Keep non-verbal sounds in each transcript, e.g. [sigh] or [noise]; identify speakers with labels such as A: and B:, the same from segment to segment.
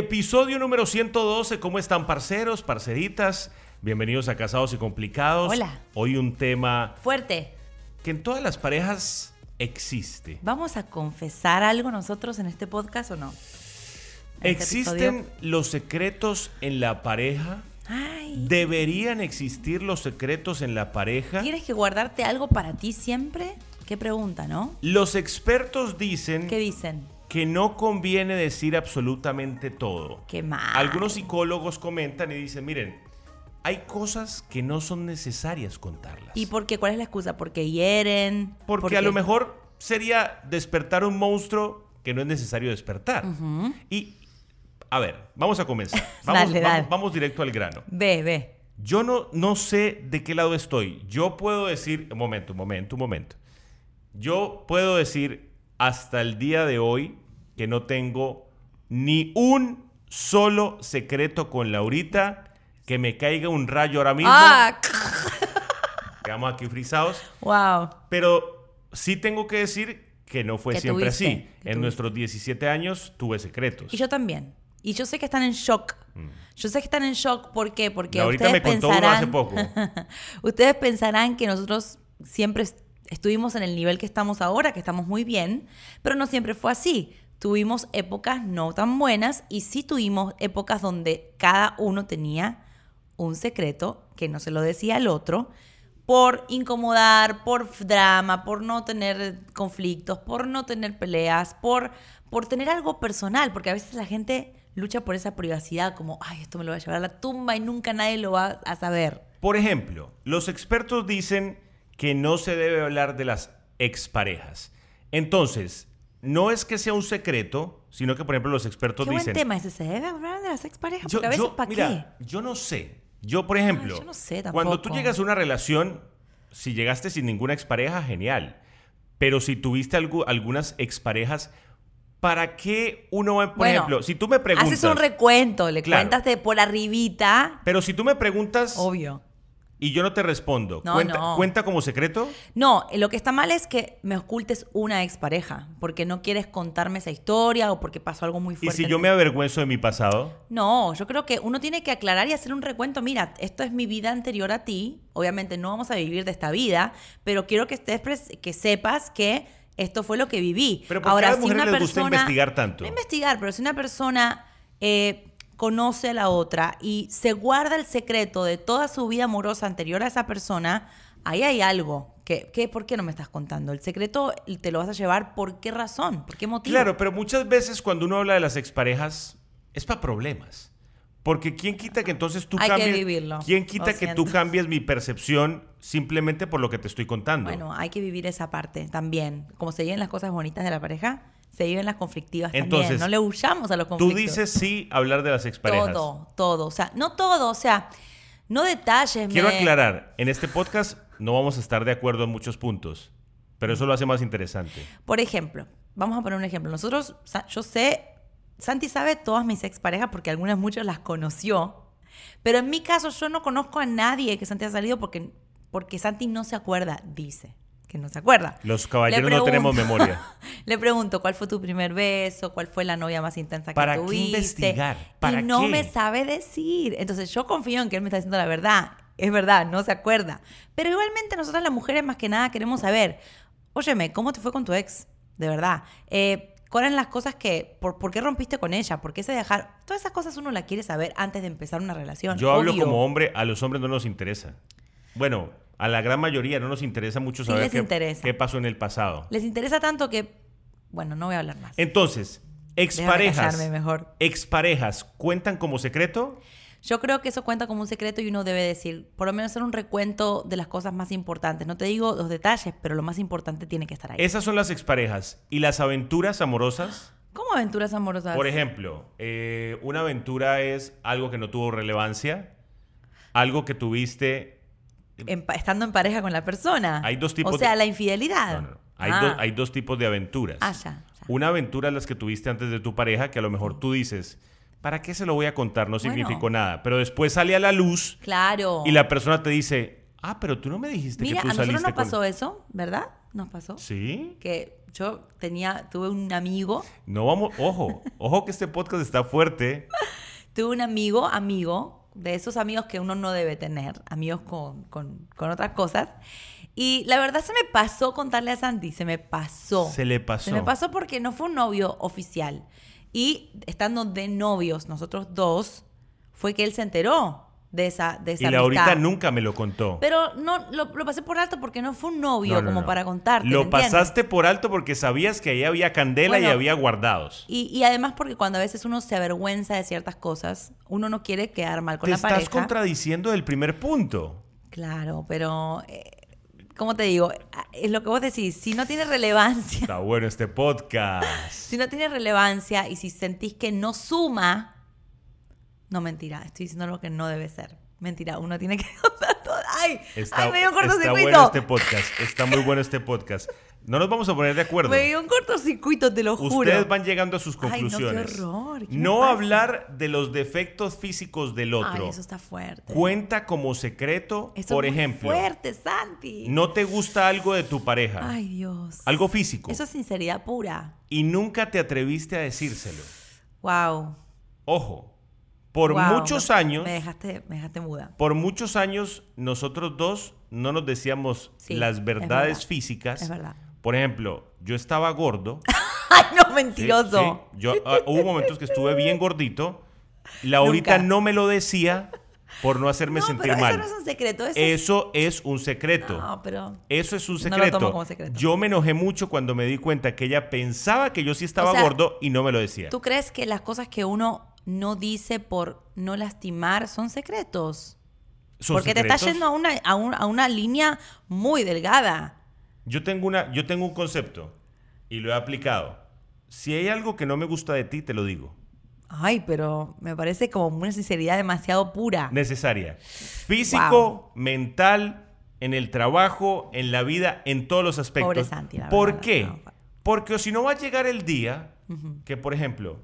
A: Episodio número 112. ¿Cómo están, parceros, parceritas? Bienvenidos a Casados y Complicados.
B: Hola.
A: Hoy un tema
B: Fuerte.
A: que en todas las parejas existe.
B: ¿Vamos a confesar algo nosotros en este podcast o no? En este
A: ¿Existen
B: episodio.
A: los secretos en la pareja?
B: Ay.
A: ¿Deberían existir los secretos en la pareja?
B: ¿Tienes que guardarte algo para ti siempre? Qué pregunta, ¿no?
A: Los expertos dicen
B: ¿Qué dicen?
A: que no conviene decir absolutamente todo.
B: Qué mal.
A: Algunos psicólogos comentan y dicen, miren, hay cosas que no son necesarias contarlas.
B: ¿Y por qué? ¿Cuál es la excusa? ¿Porque hieren?
A: Porque
B: ¿Por
A: a lo
B: qué?
A: mejor sería despertar un monstruo que no es necesario despertar. Y, a ver, vamos a
B: [laughs]
A: comenzar. Vamos,
B: Dale,
A: vamos-
B: dale.
A: vamos directo al grano.
B: Ve, ve.
A: Yo no, no sé de qué lado estoy. Yo puedo decir, un momento, un momento, un momento. Yo puedo decir hasta el día de hoy que no tengo ni un solo secreto con Laurita, que me caiga un rayo ahora mismo.
B: ¡Ah!
A: Quedamos aquí frisados.
B: ¡Wow!
A: Pero sí tengo que decir que no fue
B: Que
A: siempre
B: tuviste,
A: así.
B: que tuviste.
A: En nuestros 17 años tuve secretos.
B: Y yo también. Y yo sé que están en shock. Yo sé que están en shock. ¿Por qué? Porque
A: Laurita
B: ustedes
A: Mm. me contó uno
B: pensarán-
A: hace poco.
B: [laughs] Ustedes pensarán que nosotros siempre est- estuvimos en el nivel que estamos ahora, que estamos muy bien, pero no siempre fue así. Tuvimos épocas no tan buenas y sí tuvimos épocas donde cada uno tenía un secreto que no se lo decía al otro por incomodar, por f- drama, por no tener conflictos, por no tener peleas, por, por tener algo personal, porque a veces la gente lucha por esa privacidad, como, ay, esto me lo va a llevar a la tumba y nunca nadie lo va a saber.
A: Por ejemplo, los expertos dicen que no se debe hablar de las exparejas. Entonces, no es que sea un secreto, sino que, por ejemplo, los
B: Qué
A: expertos
B: buen
A: dicen...
B: tema ese, se debe hablar de las exparejas,
A: Yo,
B: porque a veces
A: yo-
B: ¿para qué?
A: mira, yo no sé. Yo, por ejemplo,
B: yo no sé
A: cuando tú
B: tampoco.
A: llegas a una relación, si llegaste sin ninguna expareja, genial. Pero si tuviste algu- algunas exparejas, ¿para qué uno va, por
B: Bueno,
A: ejemplo, si tú me preguntas,
B: Haces un recuento, le
A: Claro.
B: cuentas de por arribita,
A: pero si tú me preguntas
B: obvio.
A: y yo no te respondo,
B: No,
A: ¿cuenta,
B: no.
A: cuenta como secreto?
B: No, lo que está mal es que me ocultes una expareja, porque no quieres contarme esa historia o porque pasó algo muy
A: Y
B: fuerte.
A: si
B: en
A: yo
B: tu-
A: me avergüenzo de mi pasado,
B: No, yo creo que uno tiene que aclarar y hacer un recuento. Mira, esto es mi vida anterior a ti. Obviamente no vamos a vivir de esta vida, pero quiero que estés pres- que sepas que esto fue lo que viví.
A: Pero ¿por qué a las mujeres les gusta investigar tanto?
B: No investigar, pero si una persona eh, conoce a la otra y se guarda el secreto de toda su vida amorosa anterior a esa persona, ahí hay algo. que que- ¿Por qué no me estás contando? El secreto te lo vas a llevar por qué razón, por qué motivo.
A: Claro, pero muchas veces cuando uno habla de las exparejas es para problemas. Porque quién quita que entonces tú
B: Hay que
A: cambies.
B: vivirlo.
A: ¿Quién
B: Lo
A: quita que
B: siento.
A: tú cambies mi percepción simplemente por lo que te estoy contando?
B: Bueno, hay que vivir esa parte también. Como se viven las cosas bonitas de la pareja, se viven las conflictivas
A: Entonces,
B: también. No le huyamos a los
A: tú
B: conflictos.
A: dices sí hablar de las exparejas.
B: todo, todo. O sea, no todo, o sea, no detalles.
A: Quiero
B: me-
A: aclarar, en este podcast no vamos a estar de acuerdo en muchos puntos, pero eso lo hace más interesante.
B: Por ejemplo, vamos a poner un ejemplo. Nosotros, sa- yo sé, Santi sabe todas mis exparejas porque algunas, muchas las conoció. Pero en mi caso, yo no conozco a nadie que Santi ha salido porque, porque Santi no se acuerda, dice que no se acuerda.
A: Los
B: Le
A: caballeros no tenemos
B: pregunto-
A: memoria.
B: [laughs] Le pregunto, ¿cuál fue tu primer beso? ¿Cuál fue la novia más intensa que
A: ¿Para qué
B: tuviste?
A: investigar? ¿Para
B: y no
A: qué?
B: me sabe decir. Entonces yo confío en que él me está diciendo la verdad. Es verdad, no se acuerda. Pero igualmente nosotras las mujeres más que nada queremos saber, óyeme, ¿cómo te fue con tu ex? De verdad. Eh, ¿Cuáles eran las cosas que, por, por qué rompiste con ella? ¿Por qué se dejaron? Todas esas cosas uno la quiere saber antes de empezar una relación.
A: Yo hablo
B: obvio.
A: como hombre, a los hombres no nos interesa. Bueno, a la gran mayoría no nos interesa mucho
B: Sí
A: saber
B: les
A: qué-
B: interesa.
A: qué pasó en el pasado.
B: Les interesa tanto que, bueno, no voy a hablar más.
A: Entonces,
B: Déjame
A: exparejas.
B: callarme mejor.
A: Exparejas, ¿cuentan como secreto?
B: Yo creo que eso cuenta como un secreto y uno debe decir, por lo menos hacer un recuento de las cosas más importantes. No te digo los detalles, pero lo más importante tiene que estar ahí.
A: Esas son las exparejas. ¿Y las aventuras amorosas?
B: ¿Cómo aventuras amorosas?
A: Por ejemplo, eh, una aventura es algo que no tuvo relevancia, algo que tuviste...
B: En pa- estando en pareja con la persona.
A: Hay dos tipos
B: O sea,
A: de-
B: la
A: No,
B: infidelidad.
A: no, no. Hay,
B: Ah.
A: do- hay dos tipos de aventuras.
B: Ah, ya, ya.
A: Una aventura es las que tuviste antes de tu pareja, que a lo mejor tú dices, ¿para qué se lo voy a contar? No
B: Bueno.
A: significó nada. Pero después sale a la luz
B: Claro.
A: y la persona te dice, ah, pero tú no me dijiste
B: Oh. Mira,
A: que
B: a
A: tú
B: nosotros
A: saliste
B: nos pasó
A: con...
B: eso, ¿verdad? Nos pasó.
A: ¿Sí?
B: Que Yo tenía, tuve un amigo,
A: No vamos, ojo, ojo que este podcast está fuerte.
B: tuve un amigo, amigo, de esos amigos que uno no debe tener, amigos con, con- con otras cosas. Y la verdad se me pasó contarle a Santi, se me pasó.
A: Se le pasó.
B: Se me pasó porque no fue un novio oficial. Y estando de novios, nosotros dos, fue que él se enteró de esa, de esa
A: Y Laurita
B: amistad.
A: nunca me lo contó.
B: Pero no, lo, lo pasé por alto porque no fue un novio
A: No, no,
B: como
A: no.
B: para contarte. ¿me
A: Lo
B: entiendes?
A: pasaste por alto porque sabías que ahí había candela y
B: Bueno.
A: había guardados.
B: Y, y además porque cuando a veces uno se avergüenza de ciertas cosas, uno no quiere quedar mal con
A: Te
B: la
A: estás
B: pareja.
A: contradiciendo del primer punto.
B: Claro, pero eh, ¿cómo te digo? Ah, Es lo que vos decís, si no tiene relevancia,
A: Está bueno este podcast.
B: si no tiene relevancia y si sentís que no suma, no mentira, estoy diciendo lo que no debe ser. Mentira, uno tiene que [laughs] contar todo. ¡Ay!
A: Está,
B: ¡Ay, me dio un
A: está
B: cortocircuito!
A: bueno este podcast. Está muy bueno este podcast. No nos vamos a poner de acuerdo.
B: me dio un cortocircuito, te lo juro.
A: Ustedes van llegando a sus
B: Ay, no, qué
A: conclusiones.
B: horror, ¿qué me
A: No
B: pasa?
A: hablar de los defectos físicos del otro.
B: Ay, eso está fuerte.
A: Cuenta como secreto,
B: Eso es
A: por
B: muy
A: ejemplo,
B: fuerte, Santi.
A: no te gusta algo de tu pareja,
B: Ay, Dios.
A: algo físico,
B: Eso es sinceridad pura.
A: y nunca te atreviste a decírselo.
B: Wow.
A: Ojo, por
B: Wow,
A: muchos
B: me-
A: años,
B: Me dejaste, me dejaste muda. [laughs]
A: por muchos años nosotros dos no nos decíamos
B: Sí,
A: las
B: es
A: verdades
B: verdad.
A: físicas.
B: Es verdad.
A: Por ejemplo, yo estaba gordo.
B: [laughs] ¡Ay, no,
A: Sí,
B: mentiroso!
A: sí. Yo, ah, hubo momentos que estuve bien gordito. Laurita
B: Nunca.
A: no me lo decía por no hacerme
B: no,
A: sentir
B: pero
A: mal.
B: eso no es un secreto. Eso es-
A: Eso es un secreto.
B: No, pero...
A: Eso es un
B: No lo
A: secreto.
B: tomo como secreto.
A: Yo me enojé mucho cuando me di cuenta que ella pensaba que yo sí estaba
B: O sea,
A: gordo y no me lo decía.
B: ¿Tú crees que las cosas que uno no dice por no lastimar son secretos?
A: ¿Son
B: Porque te
A: secretos?
B: estás yendo a una, a, un- a una línea muy delgada.
A: Yo tengo, una, yo tengo un concepto y lo he aplicado. Si hay algo que no me gusta de ti, te lo digo.
B: Ay, pero me parece como una sinceridad demasiado pura.
A: Necesaria. Físico, mental, en el trabajo, en la vida, en todos los aspectos.
B: Pobre Santi, la
A: ¿Por
B: verdad,
A: qué?
B: no, pa-
A: Porque si no va a llegar el día que, por ejemplo,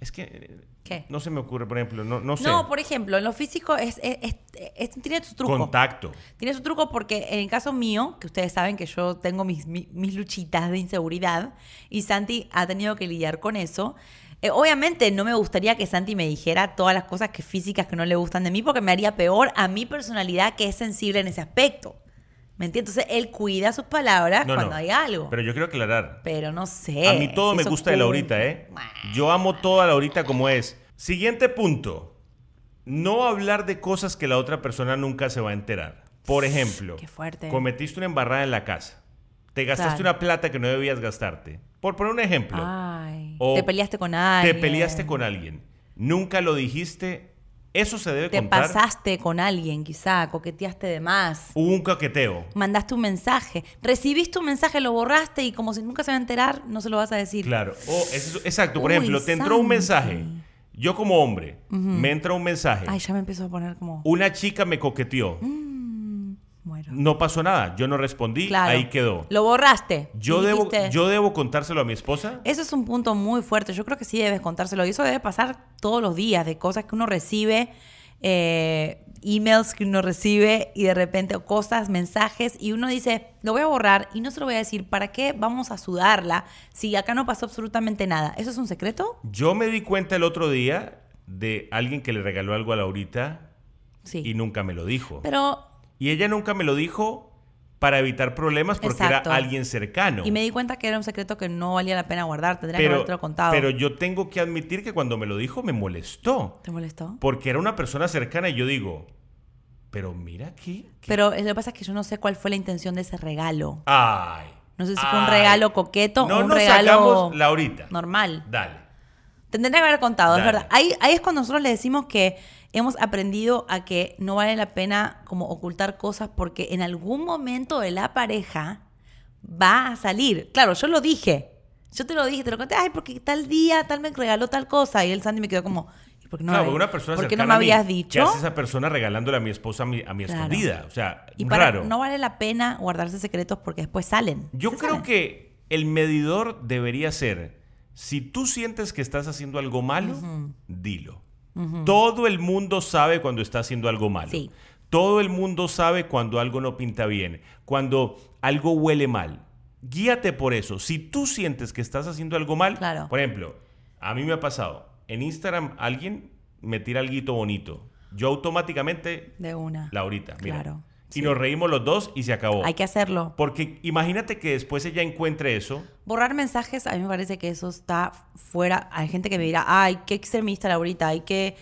A: es que eh,
B: ¿Qué?
A: no se me ocurre, por ejemplo, no, no sé.
B: No, por ejemplo, en lo físico es, es- es- es- tiene su truco. [laughs]
A: contacto.
B: Tiene su truco porque en el caso mío, que ustedes saben que yo tengo mis, mi- mis luchitas de inseguridad y Santi ha tenido que lidiar con eso. Eh, obviamente no me gustaría que Santi me dijera todas las cosas que físicas que no le gustan de mí porque me haría peor a mi personalidad que es sensible en ese aspecto. ¿Me entiendes? Entonces él cuida sus palabras
A: No, no.
B: cuando hay algo. Pero,
A: Pero yo quiero aclarar.
B: no sé.
A: A mí todo me
B: eso
A: gusta de
B: ocurre.
A: Laurita, ¿eh? Yo amo toda Laurita como es. Siguiente punto. No hablar de cosas que la otra persona nunca se va a enterar. Por ejemplo,
B: Qué fuerte.
A: cometiste una embarrada en la casa. Te gastaste
B: Claro.
A: una plata que no debías gastarte. Por poner un ejemplo,
B: Ay.
A: O
B: te peleaste con alguien.
A: te peleaste con alguien. Nunca lo dijiste. Eso se debe
B: Te
A: contar.
B: pasaste con alguien, quizá, coqueteaste de más.
A: Hubo un coqueteo.
B: mandaste un mensaje, recibiste un mensaje, lo borraste y como si nunca se va a enterar, no se lo vas a decir.
A: Claro. O eso- exacto. Por
B: Uy,
A: ejemplo, te entró un
B: Santi.
A: mensaje. Yo como hombre, me entra un mensaje.
B: Ay, ya me empezó a poner como,
A: Una chica me coqueteó.
B: muero.
A: No pasó nada. Yo no respondí.
B: Claro.
A: Ahí quedó.
B: Lo borraste.
A: Yo
B: y
A: debo,
B: dijiste-
A: yo debo contárselo a mi esposa.
B: Eso es un punto muy fuerte. Yo creo que sí debes contárselo. Y eso debe pasar todos los días, de cosas que uno recibe, eh, emails que uno recibe y de repente o cosas, mensajes, y uno dice, lo voy a borrar y no se lo voy a decir. ¿Para qué vamos a sudarla si acá no pasó absolutamente nada? ¿Eso es un secreto?
A: Yo me di cuenta el otro día de alguien que le regaló algo a Laurita
B: Sí.
A: y nunca me lo dijo.
B: Pero
A: y ella nunca me lo dijo para evitar problemas porque
B: Exacto.
A: era alguien cercano.
B: Y me di cuenta que era un secreto que no valía la pena guardar, tendría que
A: pero,
B: haberte contado.
A: pero yo tengo que admitir que cuando me lo dijo me molestó.
B: ¿Te molestó?
A: Porque era una persona cercana y yo digo, pero mira qué... qué-
B: Pero eh, lo que pasa es que yo no sé cuál fue la intención de ese regalo.
A: Ay.
B: No sé si fue un
A: ay.
B: regalo coqueto
A: no
B: o un
A: nos
B: regalo
A: hagamos Laurita.
B: normal.
A: Dale.
B: Te Tendría que haber contado,
A: Dale.
B: es verdad. Ahí, ahí es cuando nosotros le decimos que hemos aprendido a que no vale la pena como ocultar cosas porque en algún momento de la pareja va a salir. Claro, yo lo dije. Yo te lo dije, te lo conté, ay, porque tal día, tal me regaló tal cosa. Y el Sandy me quedó como, ¿y por qué no,
A: claro,
B: me-
A: porque una persona
B: por qué no
A: cercana
B: me
A: a mí,
B: habías
A: ¿Qué
B: dicho?
A: hace esa persona regalándole a mi esposa a mi, a mi
B: Claro.
A: escondida? O sea,
B: Y para,
A: raro.
B: no vale la pena guardarse secretos porque después salen.
A: Yo
B: Se
A: creo
B: salen.
A: que el medidor debería ser, si tú sientes que estás haciendo algo malo, dilo. Todo el mundo sabe cuando está haciendo algo malo.
B: Sí.
A: Todo el mundo sabe cuando algo no pinta bien, cuando algo huele mal. guíate por eso. Si tú sientes que estás haciendo algo mal,
B: Claro.
A: por ejemplo, a mí me ha pasado, en Instagram alguien me tira algo bonito. Yo automáticamente,
B: De una.
A: Laurita, mira. Oh.
B: Claro,
A: Y
B: sí.
A: nos reímos los dos y se acabó.
B: Hay que hacerlo.
A: Porque imagínate que después ella encuentre eso.
B: Borrar mensajes, a mí me parece que eso está fuera. Hay gente que me dirá, ay, qué extremista, Laurita, ay, qué,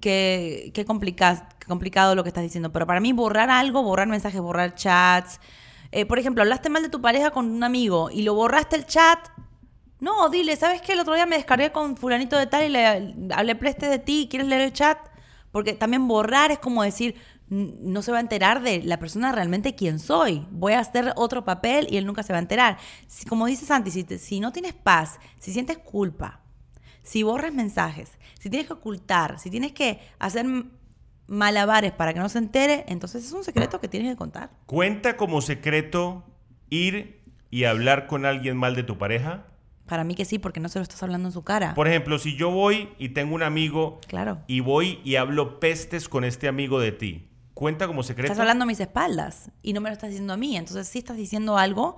B: qué, qué complica- qué complicado lo que estás diciendo. Pero para mí, borrar algo, borrar mensajes, borrar chats. Eh, por ejemplo, hablaste mal de tu pareja con un amigo y lo borraste el chat. No, dile, ¿sabes qué? El otro día me descargué con fulanito de tal y le hablé preste de ti, ¿quieres leer el chat? Porque también borrar es como decir, "N- no se va a enterar de la persona realmente quién soy. Voy a hacer otro papel y él nunca se va a enterar. Si- como dice Santi, si, te- si no tienes paz, si sientes culpa, si borras mensajes, si tienes que ocultar, si tienes que hacer m- malabares para que no se entere, entonces es un secreto que tienes que contar.
A: ¿Cuenta como secreto ir y hablar con alguien mal de tu pareja?
B: Para mí que sí, porque no se lo estás hablando en su cara.
A: Por ejemplo, si yo voy y tengo un amigo
B: claro.
A: y voy y hablo pestes con este amigo de ti, ¿cuenta como secreto?
B: Estás hablando a mis espaldas y no me lo estás diciendo a mí. Entonces sí estás diciendo algo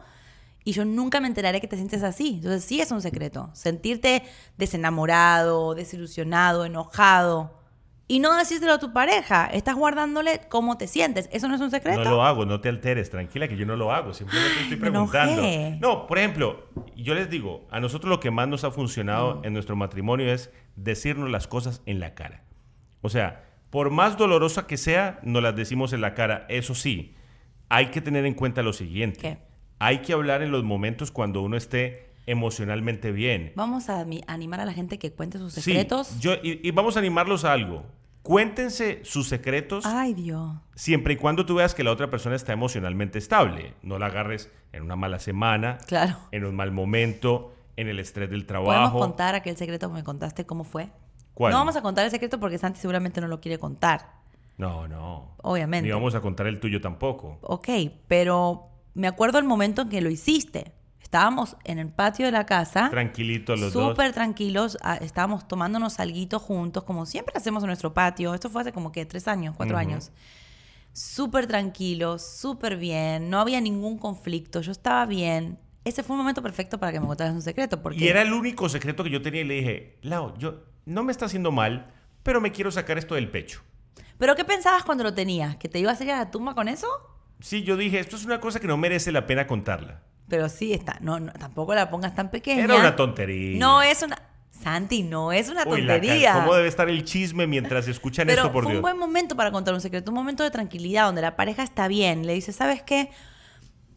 B: y yo nunca me enteraré que te sientes así. Entonces sí es un secreto. Sentirte desenamorado, desilusionado, enojado y no decírselo a tu pareja. Estás guardándole cómo te sientes. ¿Eso no es un secreto?
A: No lo hago, no te alteres, tranquila que yo no lo hago, simplemente estoy
B: [gasps] me enojé.
A: preguntando. No, por ejemplo, yo les digo, a nosotros lo que más nos ha funcionado
B: Mm.
A: en nuestro matrimonio es decirnos las cosas en la cara. O sea, por más dolorosa que sea, nos las decimos en la cara. Eso sí, hay que tener en cuenta lo siguiente.
B: ¿Qué?
A: Hay que hablar en los momentos cuando uno esté emocionalmente bien.
B: Vamos a ami- animar a la gente que cuente sus
A: Sí,
B: secretos.
A: yo- y, y vamos a animarlos a algo. Cuéntense sus secretos
B: Ay Dios.
A: siempre y cuando tú veas que la otra persona está emocionalmente estable. No la agarres en una mala semana,
B: Claro.
A: en un mal momento, en el estrés del
B: ¿Podemos
A: trabajo.
B: contar aquel secreto que me contaste cómo fue?
A: ¿Cuál?
B: No vamos a contar el secreto porque Santi seguramente no lo quiere contar.
A: No, no.
B: Obviamente.
A: Ni vamos a contar el tuyo tampoco.
B: ok, pero me acuerdo el momento en que lo hiciste. Estábamos en el patio de la casa,
A: Tranquilito los dos.
B: Ah, súper tranquilos, a- estábamos tomándonos alguito juntos, como siempre hacemos en nuestro patio. Esto fue hace como que tres años, cuatro
A: Ujú.
B: años. Súper tranquilos, súper bien, no había ningún conflicto, yo estaba bien. Ese fue un momento perfecto para que me contaras un secreto, porque
A: Y era el único secreto que yo tenía y le dije, Lau, yo no me está haciendo mal, pero me quiero sacar esto del pecho.
B: ¿Pero qué pensabas cuando lo tenías? ¿Que te ibas a ir a la tumba con eso?
A: Sí, yo dije, esto es una cosa que no merece la pena contarla.
B: Pero sí, está, no, no, tampoco la pongas tan pequeña.
A: Era una tontería.
B: No es una. Santi, no es una
A: Uy, la ca-
B: tontería.
A: ¿Cómo debe estar el chisme mientras escuchan
B: Pero
A: esto, por
B: fue
A: Dios?
B: un buen momento para contar un secreto, un momento de tranquilidad donde la pareja está bien. Le dice, ¿sabes qué?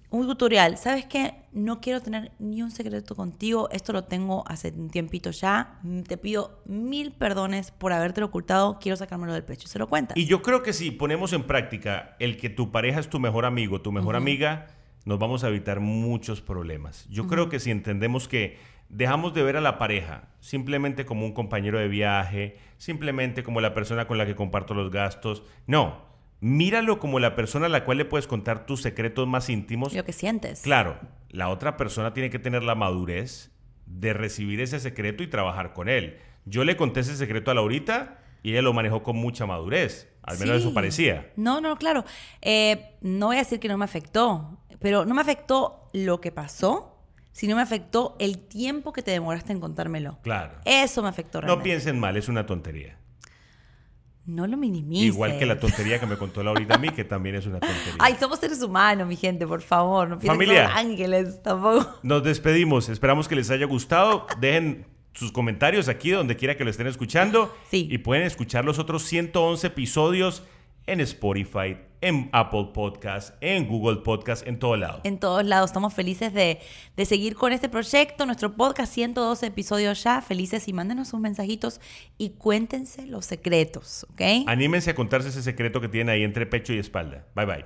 B: Un tutorial, ¿sabes qué? No quiero tener ni un secreto contigo, esto lo tengo hace un tiempito ya, Mm, te pido mil perdones por habértelo ocultado, quiero sacármelo del pecho. Se lo cuentas.
A: Y yo creo que si ponemos en práctica el que tu pareja es tu mejor amigo, tu mejor amiga, nos vamos a evitar muchos problemas. Yo creo que si entendemos que dejamos de ver a la pareja simplemente como un compañero de viaje, simplemente como la persona con la que comparto los gastos, no, míralo como la persona a la cual le puedes contar tus secretos más íntimos.
B: lo que sientes.
A: Claro, la otra persona tiene que tener la madurez de recibir ese secreto y trabajar con él. Yo le conté ese secreto a Laurita y ella lo manejó con mucha madurez. Al menos
B: Sí.
A: eso parecía.
B: No, no, claro. Eh, no voy a decir que no me afectó, pero no me afectó lo que pasó, sino me afectó el tiempo que te demoraste en contármelo.
A: Claro.
B: Eso me afectó
A: No
B: realmente.
A: piensen mal, es una tontería.
B: No lo minimices.
A: Igual que la tontería que me contó Laurita a mí, que también es una tontería.
B: Ay, somos seres humanos, mi gente, por favor. No piensen que
A: Familia.
B: somos ángeles tampoco.
A: Nos despedimos, esperamos que les haya gustado. Dejen sus comentarios aquí donde quiera que lo estén escuchando.
B: Sí.
A: Y pueden escuchar los otros 111 episodios en Spotify, en Apple Podcast, en Google Podcast, en todo lado.
B: En todos lados, estamos felices de, de seguir con este proyecto, nuestro podcast, 112 episodios ya, felices y mándenos sus mensajitos y cuéntense los secretos, ¿ok?
A: Anímense a contarse ese secreto que tienen ahí entre pecho y espalda. Bye bye.